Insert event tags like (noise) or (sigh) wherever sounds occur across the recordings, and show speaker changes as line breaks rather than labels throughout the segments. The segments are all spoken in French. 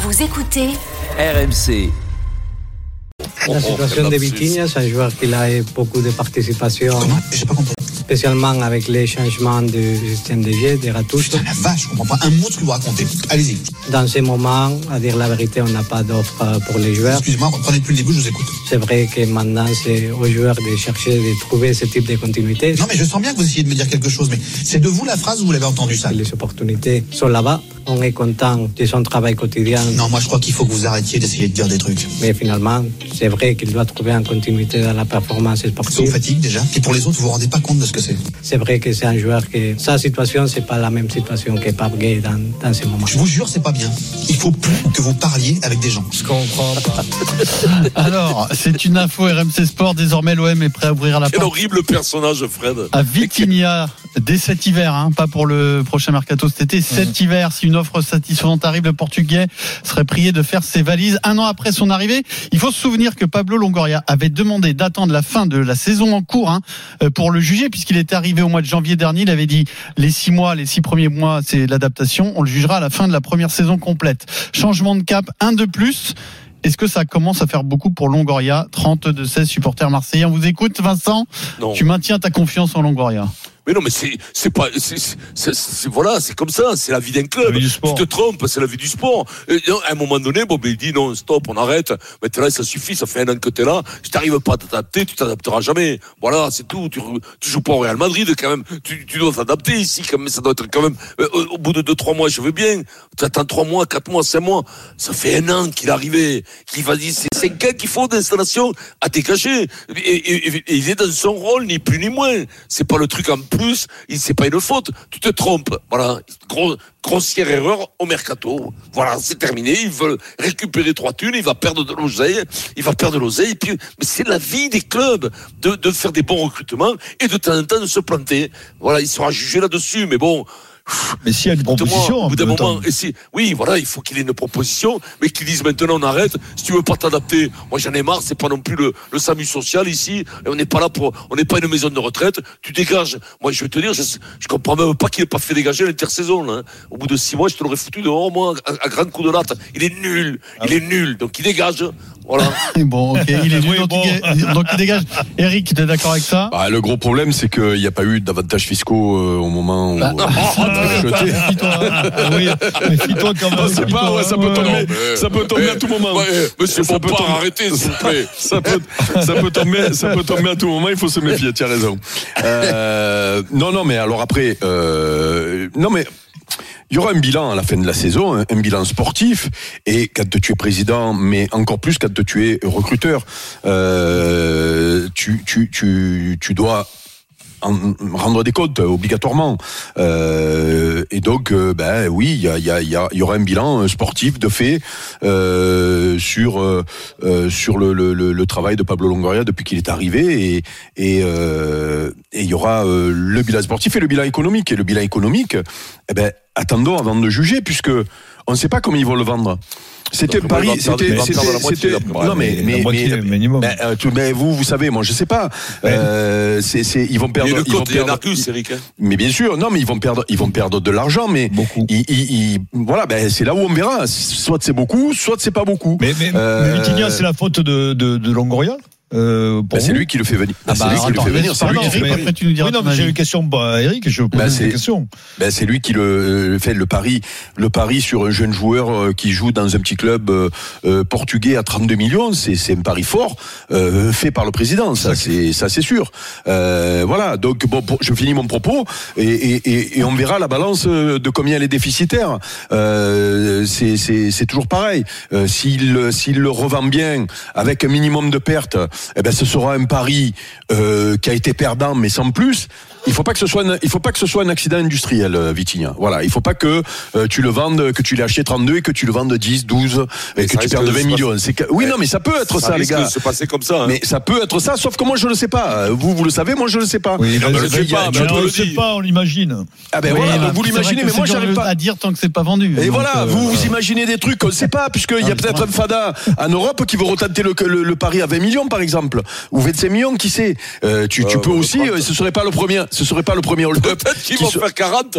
Vous écoutez
RMC.
Oh,
La situation de Vitinha, c'est un joueur qui a eu beaucoup de participation. Spécialement avec les changements de système de jeu, des ratouches.
La vache, je comprends pas un mot de ce que vous racontez. Allez-y.
Dans ces moments, à dire la vérité, on n'a pas d'offre euh, pour les joueurs.
Excusez-moi, reprenez depuis le début, je vous écoute.
C'est vrai que maintenant, c'est aux joueurs de chercher, de trouver ce type de continuité.
Non, mais je sens bien que vous essayez de me dire quelque chose, mais c'est de vous la phrase ou vous l'avez entendue, ça
Les opportunités sont là-bas. On est content de son travail quotidien.
Non, moi, je crois qu'il faut que vous arrêtiez d'essayer de dire des trucs.
Mais finalement, c'est vrai qu'il doit trouver une continuité dans la performance
Ça vous
sportive.
fatigue déjà. Et pour les autres, vous vous rendez pas compte de ce que c'est.
C'est vrai que c'est un joueur que sa situation, c'est pas la même situation que Pabgué dans, dans ces moments.
Je vous jure, c'est pas bien. Il faut plus que vous parliez avec des gens.
Je comprends pas.
Alors, c'est une info RMC Sport. Désormais, l'OM est prêt à ouvrir la
Quel
porte
horrible personnage, Fred.
à Vitinha dès cet hiver, hein, pas pour le prochain mercato cet été. Cet hiver, si une offre satisfaisante arrive, le Portugais serait prié de faire ses valises un an après son arrivée. Il faut se souvenir que Pablo Longoria avait demandé d'attendre la fin de la saison en cours hein, euh, pour le juger, puisqu'il était arrivé au mois de janvier dernier. Il avait dit les six mois, les six premiers mois, c'est l'adaptation. On le jugera à la fin de la première saison complète. Changement de cap, un de plus. Est-ce que ça commence à faire beaucoup pour Longoria 32 16 supporters marseillais. On vous écoute, Vincent.
Non.
Tu maintiens ta confiance en Longoria.
Mais non, mais c'est, c'est pas, c'est, c'est- c'est- c'est- voilà, c'est comme ça, c'est la vie d'un
La
club.
vie du
Tu
sport.
te trompes, c'est la vie du sport. Et non, à un moment donné, bon, ben, il dit non, stop, on arrête. Maintenant, ça suffit, ça fait un an que t'es là. Si t'arrives pas à t'adapter, tu t'adapteras jamais. Voilà, c'est tout. Tu, re- tu joues pas au Real Madrid quand même. Tu, tu dois t'adapter ici quand même. Ça doit être quand même, euh, au, au bout de deux, trois mois, je veux bien. T'attends trois mois, quatre mois, cinq mois. Ça fait un an qu'il est arrivé. Qu'il va dire, c'est cinq ans qu'il faut d'installation à dégager. Et, et- et- et il est dans son rôle, ni plus ni moins. C'est pas le truc en plus, il- c'est pas une faute. Tu te trompes. Voilà. Gros- grossière erreur au mercato. Voilà, c'est terminé. Ils veulent récupérer trois thunes, il va perdre de l'oseille, il va perdre de l'oseille. Et puis, mais c'est la vie des clubs de, de faire des bons recrutements et de temps en temps de se planter. Voilà, il sera jugé là-dessus, mais bon.
Mais s'il y a une
Écoute-moi,
proposition,
au bout d'un
Tom,
moment, et si- oui, voilà, il faut qu'il ait une proposition, mais qu'ils disent maintenant on arrête. Si tu veux pas t'adapter, moi j'en ai marre. C'est pas non plus le, le SAMU social ici. Et on n'est pas là pour, on n'est pas une maison de retraite. Tu dégages. Moi, je vais te dire, je, je comprends même pas qu'il ait pas fait dégager à l'intersaison. là, hein. Au bout de six mois, je te l'aurais foutu dehors, moi, à, à grand coup de latte. Il est nul,
Ah
il est nul. Donc il dégage.
(laughs)
Voilà.
Bon, ok, il est
Oui,
donc,
bon.
il, donc il dégage. Eric, t'es d'accord avec ça
Bah, le gros problème, c'est qu'il n'y a pas eu d'avantages fiscaux euh, au moment où. euh,
Ah,
(laughs)
Euh,
bah,
acheté.
Méfie-toi,
hein.
euh, oui, méfie-toi quand
Ah,
même.
On sait pas, ouais, ça peut
Ouais.
tomber.
mais-
Ça peut tomber à tout moment.
Ouais, eh, monsieur
Ça peut
Pompard,
tomber.
arrêtez, s'il vous plaît.
ça peut, ça peut tomber, ça peut tomber à tout moment. Il faut se méfier. Tu as raison.
Euh, non, non, mais alors après, euh, non, mais il y aura un bilan à la fin de la saison, hein, un bilan sportif. Et quand tu es président, mais encore plus quand tu es recruteur, euh, tu, tu, tu, tu dois en- rendre des comptes obligatoirement. Euh, et donc, euh, ben oui, il y, a- il y, a- il y a- il y aura un bilan euh, sportif de fait euh, sur euh, euh, sur le, le, le- le travail de Pablo Longoria depuis qu'il est arrivé et et euh, et il y aura euh, le bilan sportif et le bilan économique et le bilan économique. Eh ben attendons avant de juger puisque on ne sait pas comment ils vont le vendre. C'était
Donc, ils
Paris,
vont perdre- ils
c'était
vont perdre la
c'était-
moitié,
c'était-
d'après moi.
non mais mais-
La moitié
mais-
minimum.
ben, euh, tout- mais vous, vous savez, moi, je sais pas. Euh, c'est, c'est- ils vont
Et
perdre.
le
ils vont
compte, il y a un
perdre-
Arcus, Eric. hein.
mais bien sûr, non, mais ils vont perdre, ils vont perdre de l'argent, mais
Beaucoup.
ils- ils- ils- voilà, ben, c'est là où on verra. Soit c'est beaucoup, soit c'est pas beaucoup.
Mais, mais, mais
Euh,
Vitinha, c'est la faute de, de, de Longoria euh, pour
Bah,
Ben, c'est
vous
lui qui le fait venir.
Ah
Ben,
bah,
c'est lui qui
attends,
le fait venir.
laisse
C'est lui,
parler,
qui-
fait
Eric,
venir.
après tu nous diras
Oui, non,
ton
mais j'ai
avis.
une question bah, à Eric, je pose
Bah,
une
c'est-
question.
ben, c'est lui qui le euh, fait le pari, le pari sur un jeune joueur euh, qui joue dans un petit club euh, euh, portugais à 32 millions. C'est, c'est un pari fort euh, fait par le président. Ça, c'est ça, c'est sûr. Euh, voilà. Donc bon, pour- je finis mon propos et, et- et- et on verra la balance euh, de combien elle est déficitaire. Euh, c'est- c'est c'est toujours pareil. Euh, s'il euh, s'il le revend bien avec un minimum de pertes, eh ben ce sera un pari euh, qui a été perdant mais sans plus. il faut pas que ce soit un, il faut pas que ce soit un accident industriel euh, Vitinha. Voilà, il faut pas que euh, tu le vendes que tu l'aies acheté 32 et que tu le vendes 10 12 et
Mais
que
ça
tu
risque
perdes
de
20
se
millions.
passer-
C'est que- oui
Ouais.
non mais ça peut être ça, les
risque
gars.
de se passer comme ça. hein.
Mais ça peut être ça, sauf que moi je le sais pas. Vous vous le savez, moi je Ah, bah, le sais pas.
Non, mais
je
je
veux
sais
dire,
pas,
tu
mais
peux
on
on
le
le
dit.
sait pas, on l'imagine.
Ah ben
Oui,
voilà,
bah,
donc vous
c'est
l'imaginez,
vrai que
mais moi
c'est
j'arrive
dur de-
pas.
à dire tant que c'est pas vendu. Donc,
Et voilà,
euh,
vous vous imaginez des trucs qu'on ne sait pas, puisqu'il y
Non,
a
mais
peut-être
c'est
un fada en Europe qui veut retenter le, le, le pari à 20 millions, par exemple, ou 25 millions, qui sait. Euh, tu, tu
Euh,
peux
on
aussi,
va prendre.
euh, ce serait pas le premier, ce serait pas le premier hold-up.
Peut-être qu'ils
qui
vont
se-
faire 40.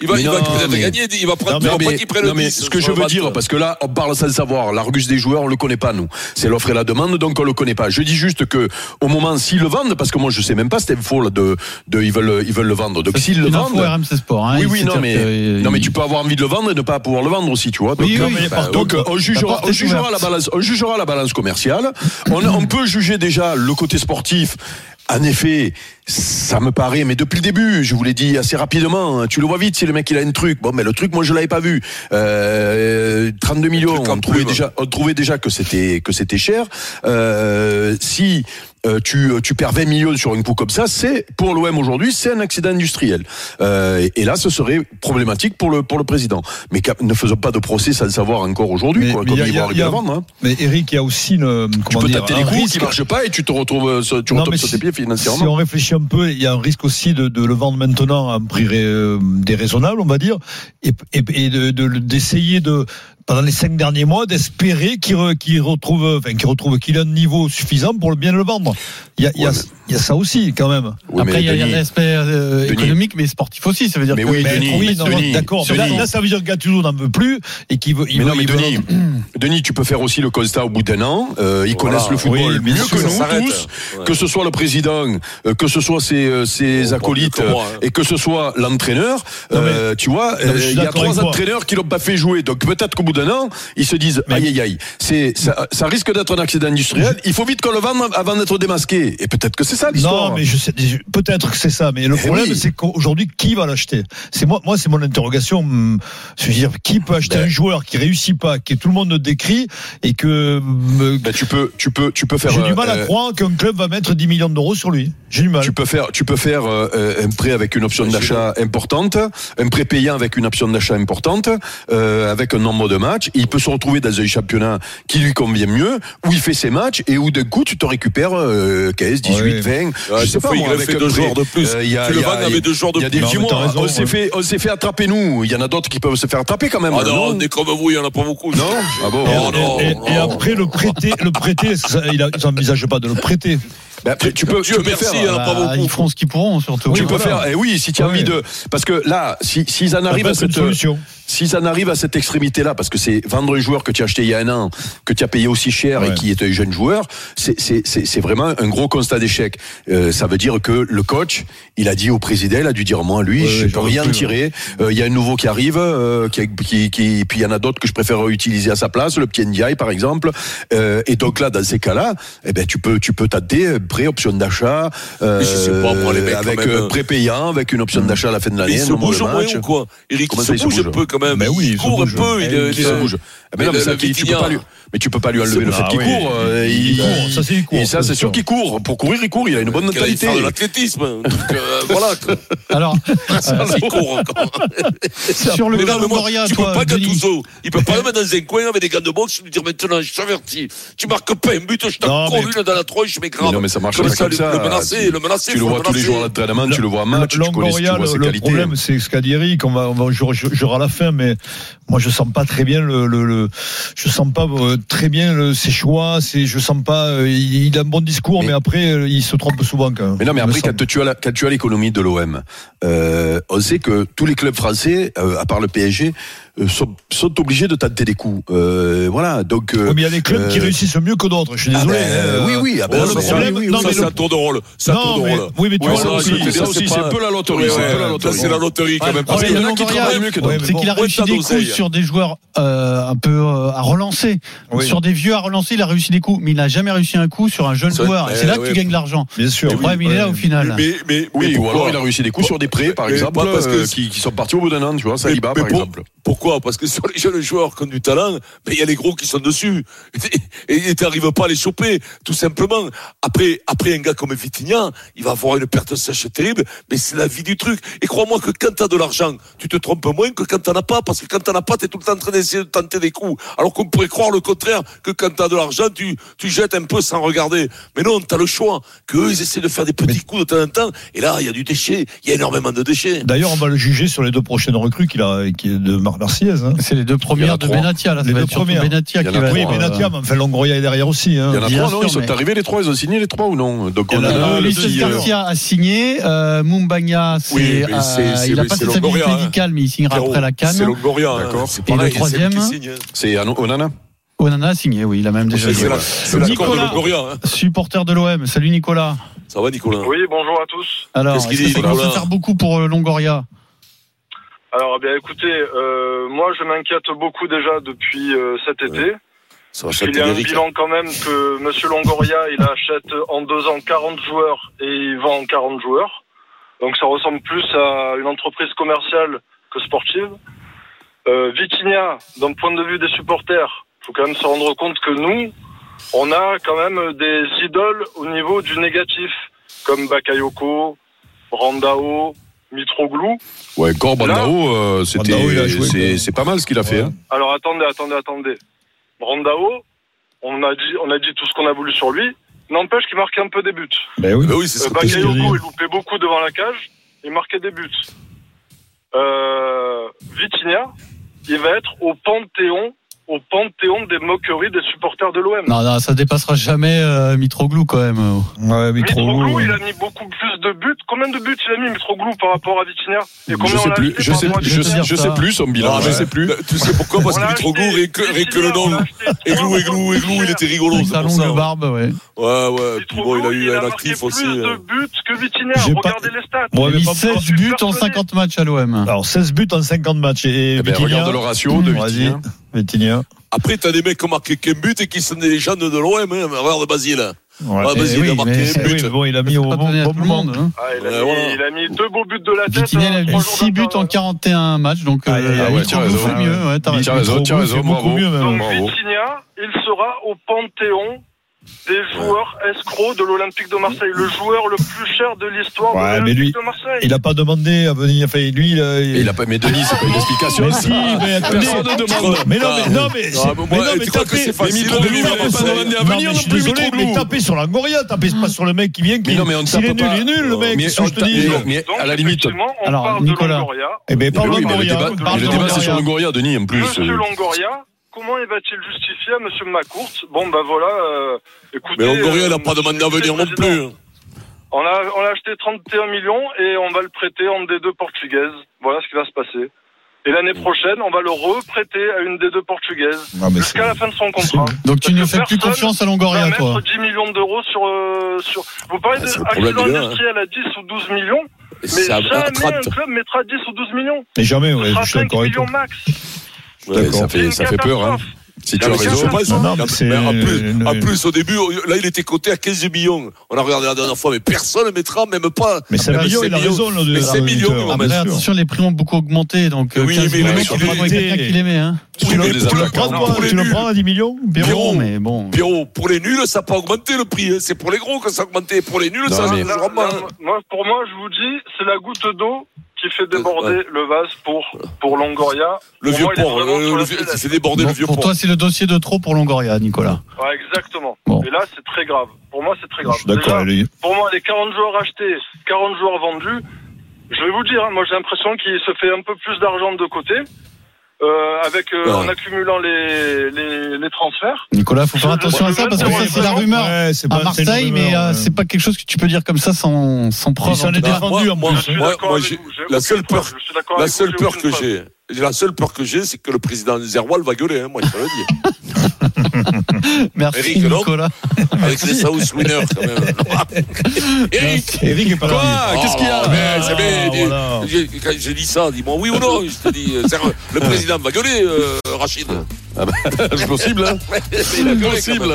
Il va,
Mais
il va
non,
peut-être
mais-
gagner. Il va prendre.
Non,
il va
mais-
pas qu'il prenne
non,
le
mais
10
ce que je
sur le
veux
match.
dire, parce que là, on parle sans le savoir. L'argus des joueurs, on le connaît pas, nous. C'est l'offre et la demande, donc on le connaît pas. Je dis juste que, au moment, s'ils le vendent, parce que moi, je sais même pas cette info, là, de, de, ils veulent, ils veulent le vendre. Donc,
c'est
s'ils le
une info
vendent.
RMC Sport. hein,
oui,
il euh,
oui,
sait
non
dire
mais,
que-
non, mais tu peux avoir envie de le vendre et ne pas pouvoir le vendre aussi, tu vois. Donc,
Oui,
euh,
oui,
bah,
par
donc,
contre,
on
la
jugera,
porte
on
est
jugera
ouverte.
la balance, on jugera la balance commerciale. On, on peut juger déjà le côté sportif. En effet, ça me paraît, mais depuis le début, je vous l'ai dit assez rapidement, hein, tu le vois vite si le mec il a un truc. Bon, mais le truc, moi je l'avais pas vu. Euh, 32 millions,
truc en
on trouvait,
plume.
déjà, on trouvait déjà que c'était que c'était cher. Euh, si euh, tu, tu perds 20 millions sur un coup comme ça, c'est pour l'OM aujourd'hui, c'est un accident industriel. Euh, et- et là, ce serait problématique pour le pour le président. Mais cap- ne faisons pas de procès sans le savoir encore aujourd'hui,
Mais-
quoi,
mais
comme
y a-
ils
y
vont
a-
arriver
y a-
à vendre. hein.
Mais Eric, il y a aussi une,
Tu
comment
peux
dire,
taper
un
des coups qui
risque-
marchent pas et tu te retrouves, euh, sur- tu
Ah, Non,
retombes
mais
sur tes
si-
pieds financièrement.
Si on réfléchit un peu, il y a un risque aussi de, de le vendre maintenant à un prix ré- euh, déraisonnable, on va dire, et, et- et de- de le- d'essayer de, pendant les cinq derniers mois, d'espérer qu'il re- qu'il retrouve, enfin, qu'il retrouve qu'il a un niveau suffisant pour le bien le vendre. Il y a, il y a-
Ouais,
il y a ça aussi, quand même.
Oui, mais
Après, il y a
Denis-
un aspect euh,
Denis.
économique, mais sportif aussi. Ça veut dire
Mais
que
oui, Denis,
oui, non,
Denis,
d'accord. mais
Denis.
Là, là, ça veut dire que Gattuso n'en veut plus et qu'il veut. il
mais
veut-
non, mais
il veut-
Denis, Denis, tu peux faire aussi le constat au bout d'un an. Euh, ils
Voilà.
connaissent le football
Oui, bien
mieux
sûr,
que
ça s'arrête.
nous tous,
Ouais.
que ce soit le président, euh, que ce soit ses, euh, ses
Oh,
acolytes,
mieux que moi, hein.
euh, et que ce soit l'entraîneur.
Non, mais-
Euh, tu vois,
mais je
euh,
suis
il y a
d'accord avec
trois
toi.
entraîneurs qui l'ont pas fait jouer. Donc peut-être qu'au bout d'un an, ils se disent
Mais-
aïe aïe aïe, c'est ça, ça risque d'être un accident industriel. Il faut vite qu'on le vende avant d'être démasqué. Et peut-être que c'est ça l'histoire.
Non, mais je sais, je- peut-être que c'est ça, mais le
Eh
problème,
oui.
c'est qu'aujourd'hui, qui va l'acheter C'est moi, moi, c'est mon interrogation. hum, Je veux dire, qui peut acheter
Ben.
un joueur qui réussit pas, qui tout le monde décrit et que hum,
Ben, tu peux, tu peux, tu peux faire.
j'ai du
euh,
mal
euh,
à croire qu'un club va mettre 10 millions d'euros sur lui. J'ai du mal.
Tu peux faire, tu peux faire euh, euh, un prêt avec une option d'achat importante, un prêt payant avec une option d'achat importante, euh, avec un nombre de matchs. Il peut se retrouver dans un championnat qui lui convient mieux, où il fait ses matchs et où d'un coup tu te récupères euh, 15, 18,
Ouais.
20.
Ouais,
je
des
sais pas
fois,
moi,
il a
avec
fait
un
deux
prêt.
joueurs de plus.
Euh, il y a-
Tu le
il y a-
vannes avec deux joueurs de
Il y a des
plus.
petits
Non, mais
mois,
t'as raison,
on s'est
ouais.
fait, on s'est fait attraper nous. Il y en a d'autres qui peuvent se faire attraper quand même.
Ah non,
non
on est comme vous, il y en a pas beaucoup.
Non Ah bon
Et,
Non, non,
et- et- et
non.
après le prêter, le prêter, est-ce que ça- il a- ils n'envisagent pas de le prêter.
Ben, tu- tu peux, tu
Dieu
peux
merci, hein.
faire,
il y en a pas
Bah,
beaucoup.
ils feront ce qu'ils pourront, surtout.
tu
Oui,
peux
voilà.
faire. Eh oui, si tu as
Ouais.
envie de, parce que là, si, s'ils
Ah,
en arrivent
bah,
peut être
à
bah, une
cette, euh,
solution.
S'ils en arrivent à cette extrémité-là, parce que c'est vendre un joueur que tu as acheté il y a un an, que tu as payé aussi cher et
Ouais.
qui est un jeune joueur, c'est- c'est c'est- c'est vraiment un gros constat d'échec. Euh, ça veut dire que le coach, il a dit au président, il a dû dire, moi, lui,
Ouais,
je
ouais,
peux
j'en veux
rien
plus,
tirer. Euh, Il y a un nouveau qui arrive, euh, qui, qui, qui- puis il y en a d'autres que je préfère utiliser à sa place, le petit Ndiaye, par exemple. Euh, et donc là, dans ces cas-là, eh ben, tu peux tu peux t'adder euh, prêt, option d'achat, euh,
Mais je sais pas, moi, les mecs, quand
avec
même,
euh,
euh,
prêt payant, avec une option d'achat à la fin de
Mais
l'année.
il se
un nombre de
bouge au moins
matchs.
ou quoi Eric,
Comment
il
ça,
se bouge un peu quand même.
Ben oui,
Euh, Il
il se
court un
bouge.
peu. il est-
qui Eh se bouge. Ah, Mais non, mais
le-
ça,
le
qui- tu peux
Vitinha.
pas lui, mais tu peux pas lui enlever le fait
Ah
qu'il
oui.
court. euh,
Il court, ça, c'est il court,
Et ça,
ça,
c'est
c'est
sûr
sûr.
qu'il court. Pour courir, il court. Il a une bonne
Quel allait
mentalité.
faire de l'athlétisme. Donc, euh,
(laughs)
voilà. quoi.
Alors,
Ah,
Il court encore.
sur le
Mais non, mais moi,
Longoria,
tu peux
toi,
pas
Denis,
Gattuso. Il peut pas le mettre dans un coin avec des gants de boxe et lui dire maintenant, je t'avertis. Tu marques pas un but, je t'en
Non,
cours
mais-
une dans la tronche, mais grave.
Mais non, mais ça marche
Comme
pas comme
le-
ça.
Le menacer,
Tu-
le menacer.
Tu le
faut
vois tous les
menacer.
jours à l'entraînement, Hein, tu le vois en match, tu connais tu
Longoria,
vois
le,
ses
le
qualités.
problème, c'est ce qu'a dit Eric. On va, on va, je, je, j'aurai à la fin, mais moi, je sens pas très bien le, le, le- je sens pas euh, très bien le- ses choix. C'est, je sens pas. euh, il, il a un bon discours,
Mais-
mais, après, euh, il se trompe souvent quand même.
Mais non, mais
il me
après,
semble.
quand tu as la- quand tu as l'économie de l'OM, euh, on sait que tous les clubs français, euh, à part le PSG, euh, sont, sont obligés de tenter des coups. Euh, voilà, donc. euh,
Oui, mais il y a des clubs qui
euh,
réussissent mieux que d'autres. Je suis
ah ben,
Oh, désolé. hein.
oui, oui, ah ben,
Oh,
ça,
le
c'est-
problème-
oui, oui,
non,
oui,
ça,
mais
c'est
le-
un tour de rôle. C'est un
Non,
tour de
mais-
rôle.
oui, mais tu
Ouais,
vois,
ça,
là
c'est-
aussi,
mais ça,
ça,
aussi,
c'est
c'est
pas-
un peu la
Ouais,
loterie.
ouais,
c'est un peu la
ça,
loterie.
c'est la loterie quand
Ouais,
même.
le
Parce qu'il y en a
problème
qui
de Longoria,
travaillent mieux que
ouais,
d'autres.
mais
c'est qu'il a
Ouais,
réussi
t'as
des
d'oseille.
coups sur des joueurs euh, un peu euh, à relancer.
Oui.
Sur des vieux à relancer, il a réussi des coups, mais il n'a jamais réussi un coup sur un jeune
C'est-
joueur. Et C'est
euh,
là que
ouais.
tu gagnes de l'argent.
Bien sûr.
Le problème, il est là au final.
Mais, mais,
Oui,
mais
ou
pourquoi
alors il a réussi des coups sur des prêts, par
Mais
exemple,
pas parce que
euh,
c'est-
qui, qui sont partis au bout d'un an, tu vois, Saliba,
mais
par
pour-
exemple.
Pourquoi Parce que sur les jeunes joueurs qui ont du talent, mais il y a les gros qui sont dessus. Et et t'arrives pas à les choper, tout simplement. Après, après un gars comme Vitignan, il va avoir une perte sèche terrible, mais c'est la vie du truc. Et crois-moi que quand t'as de l'argent, tu te trompes moins que quand t'en as pas, parce que quand t'en as pas, t'es tout le temps en train d'essayer de tenter des coups. Alors qu'on pourrait croire le contraire, que quand t'as de l'argent, tu, tu jettes un peu sans regarder. Mais non, t'as le choix. Qu'eux, ils essaient de faire des petits coups de temps en temps. Et là, il y a du déchet. Il y a énormément de déchets.
D'ailleurs, on va le juger sur les deux prochaines recrues qu'il a, qui est de Marc Marciez. hein.
C'est les deux
Il y en
premières
a
de
trois.
Benatia. Là, ça
Les
va
deux
être surtout
premières.
Benatia
Il y en
qui
a
va
trois,
Oui,
être,
euh,
Benatia, mais enfin, Longoria est derrière aussi. hein.
Il y en a
bien
trois, non Ils
sûr,
sont
mais-
arrivés les trois, ils ont signé les trois ou non Donc
Il y
on
en
a
a
un
deux,
qui,
le
Luis
deuxième.
euh,
Garcia a signé, euh, Mumbagna, c'est,
Oui, mais
euh,
c'est- c'est-
il a
mais
pas de
c'est
stabilité
Longoria, hein.
médicale, mais il signera
Pierrot,
après la
C'est
canne.
Longoria,
D'accord.
hein. C'est
Et le
pareil, c'est lui
troisième
qui signe, hein.
C'est Ano- Onana
Onana a signé, oui, il a même déjà
C'est
joué.
la- c'est l'accord de
Nicolas.
Longoria. hein.
Supporter de l'OM, salut Nicolas.
Ça va, Nicolas
Oui, bonjour à tous.
Alors,
Qu'est-ce qu'il
est-ce que
dit,
c'est qu'on se
Nicolas
faire beaucoup pour euh, Longoria
Alors, eh bien, écoutez, euh, moi, je m'inquiète beaucoup déjà depuis euh, cet été.
Ça va,
Il y a un bilan quand même que Monsieur Longoria, il achète en deux ans 40 joueurs et il vend 40 joueurs. Donc, ça ressemble plus à une entreprise commerciale que sportive. Euh, Vitinha, d'un point de vue des supporters, faut quand même se rendre compte que nous, on a quand même des idoles au niveau du négatif, comme Bakayoko, Brandao, Mitroglou.
Ouais, Gore
Là.
Brandao, euh, c'était-
Brandao, il a joué,
c'est-
quoi.
c'est pas mal ce qu'il a fait.
Ouais.
hein.
Alors attendez, attendez, attendez. Brandao, on a dit, on a dit tout ce qu'on a voulu sur lui. N'empêche qu'il marquait un peu des buts.
Ben oui.
Ben oui, c'est
Euh,
ça.
Bakayoko,
terrible.
il loupait beaucoup devant la cage. Il marquait des buts. Euh, Vitinha, il va être au panthéon, au panthéon des moqueries des supporters de l'OM.
Non, non, ça dépassera jamais euh, Mitroglou quand même. euh.
Ouais, mais trop
Mitroglou,
lourd.
il a mis beaucoup plus de buts. Combien de buts il a mis Mitroglou par rapport à Vitinha Et combien
Je
on
sais
l'a
plus,
acheté
je
par
sais,
rapport à
je
Vitinha
sais, je sais plus son bilan,
Ah,
je
ouais.
sais plus.
Tu sais pourquoi Parce
On
que
l'a
Mitroglou,
acheté-
rien que, rien que le
Vitinha, on
nom.
l'a acheté
Églou, églou,
300
églou, il était rigolo.
Avec
c'est
sa
pour
longue
ça.
barbe, ouais.
Ouais, ouais. Puis bon, il a
Mitroglou,
eu un
marqué
actif aussi.
plus
euh.
de buts que Vitinha.
J'ai pas-
Regardez les stats.
Ouais,
Il a
mais
mis
pas-
16
super
buts en
solide.
50 matchs à l'OM.
Alors, 16 buts en 50 matchs. Et
Eh ben,
Vitinha-
regarde le ratio de
Mmh, vas-y.
Vitinha.
Vitinha.
Après, t'as des mecs qui ont marqué qu'un but et qui sont des légendes de l'OM. Hein. Regarde Basile.
Ouais.
Ah, Basile,
Eh oui,
il
mais
a marqué
c'est-
un
Eh oui,
but.
mais bon, il a mis
C'est
au
pas
bon,
donné à
bon
tout le
moment.
monde, hein.
Ah, il, a
Ouais,
mis,
voilà.
il a mis deux beaux buts de la tête.
Vitinha il
hein,
a mis
trois jours
6 buts en
d'intervalle.
41 matchs, donc euh,
Ah, il a-
Ah ouais, tu as
Mitroglou
raison.
fait mieux. Ouais, t'as
Tu
raison.
as raison, tu as raison,
C'est beaucoup
bravo.
mieux, même. hein.
Donc
Bravo.
Vitinha, il sera au panthéon des joueurs escrocs de l'Olympique de Marseille. Le joueur le plus cher de l'histoire
Ouais,
de
mais lui,
l'Olympique de Marseille.
Il n'a pas demandé à venir. Enfin, lui, il a.
Et il a pas, mais Denis, c'est pas une explication.
Mais si, mais attendez.
Personne ne demande.
Mais non, mais non, mais.
Ah,
c'est-
bon,
mais
ouais,
non, mais
tu crois que
tapez-
c'est facile,
mais Mitroglou,
Mitroglou,
il a
il a
pas
pas
demandé à
venir
venir.
non
Je suis
plus,
désolé,
Mitroglou.
mais tapez sur Langoria, tapez pas sur le mec qui vient. qui-
Mais non, mais on ne
S'il
tape
est nul,
pas.
il est nul, le mec.
Mais
c'est ce que je te dis.
on- mais
Donc,
à la limite.
effectivement, on
Alors,
parle
Nicolas.
de Longoria.
Eh ben,
Mais
parle
oui, mais le
Longoria.
débat,
parle
mais le débat, c'est sur
Longoria.
Longoria, Denis, en plus. euh.
Monsieur Longoria, comment il va-t-il justifier à Monsieur Macourt Bon, bah voilà, euh, écoutez...
Mais Longoria, il n'a
euh,
pas demandé à venir non plus.
On l'a on l'a acheté 31 millions et on va le prêter en D2 portugaise. Voilà ce qui va se passer. Et l'année prochaine, on va le reprêter à une D2 portugaise.
Ah,
Non, mais c'est-
Jusqu'à la fin de son contrat.
Donc tu
Parce
ne
que
fais plus
personne
confiance à
On va
Longoria,
mettre
toi.
10 millions d'euros sur, euh, sur. Vous parlez
Ah, c'est le problème
d'accident
du gars, hein.
industriel à 10 ou 12 millions,
Et
mais
C'est à-
jamais
à
un
30.
club mettra 10 ou 12 millions.
Mais jamais,
Ce
ouais,
sera
je suis
5
d'accord avec toi.
millions max.
Ouais, ça
D'accord.
fait, ça fait peur, hein. Si tu as
Non, mais c'est
raison.
pas ça.
Non, non, mais c'est-
Mais en, plus, en
le-
plus, au début, là, il était coté à 15 millions. On a regardé la dernière fois, mais personne ne mettra, même pas.
Mais c'est
même
million,
sept
il a
millions.
raison. là, de-
Mais c'est
de-
million,
de-
mais on
Ah,
Après,
bien sûr.
attention, les prix ont beaucoup augmenté, donc euh,
Oui,
15
mais le
millions,
mec,
tu
il
prends
est-
pas quelqu'un qui l'aimait. Hein.
Oui, mais
Tu le
pour le-
Prends,
pour
toi,
les
tu le
nuls,
prends à 10 millions
Bon,
Pierrot
mais bon.
Pierrot, pour les nuls, ça n'a pas augmenté le prix. hein. C'est pour les gros que ça a augmenté. Pour les nuls,
Non,
ça
mais-
ne
Là,
changera pas.
là,
hein.
moi, pour moi, je vous dis, c'est la goutte d'eau qui fait déborder le vase pour, pour Longoria.
Le
Pour
vieux
moi, il est
port,
vraiment
euh,
sur
le
la
vieux-
sellette.
il fait déborder le
Bon,
vieux
pour
port.
toi, c'est le dossier de trop pour Longoria, Nicolas.
Ouais, exactement.
Bon.
Et là, c'est très grave. Pour moi, c'est très grave.
Je suis d'accord,
Déjà,
lui.
pour moi, les 40 joueurs achetés, 40 joueurs vendus, je vais vous dire, hein, moi j'ai l'impression qu'il se fait un peu plus d'argent de côté, euh, avec euh,
Ouais.
en accumulant les, les,
(laughs)
les transferts.
Nicolas, faut faire
Je-
attention
je-
à ça
je-
parce que
je-
ça,
je-
c'est la
je-
rumeur
Ouais, c'est
à
bah,
pas- c'est une
Marseille, mais
rumeur,
euh,
ouais.
c'est pas quelque chose que tu peux dire comme ça sans, sans preuve.
s'en
en
est
tout cas.
défendu. Vendu, en
Bah, moi,
plus,
Je suis
moi,
d'accord
moi,
avec
j'ai-
vous, j'ai
la
aucune
seule peur,
je suis d'accord
la
avec vous,
seule peur
aucune
que j'ai, la seule peur que j'ai, c'est que le président Zerwal va gueuler. hein. Moi, je te le dis.
Merci
Eric, non
Nicolas.
Avec les South Winners, quand même. Eric
Eric est pas
Quoi
là.
Qu'est-ce qu'il y a Mais c'est bien, dis- j'ai- Quand je dis ça, dis-moi oui ou non. Je te dis, euh, sérieux, le président va gueuler, euh, Rachid.
Ah bah, possible, hein
Il a gueulé, quand même.
Possible.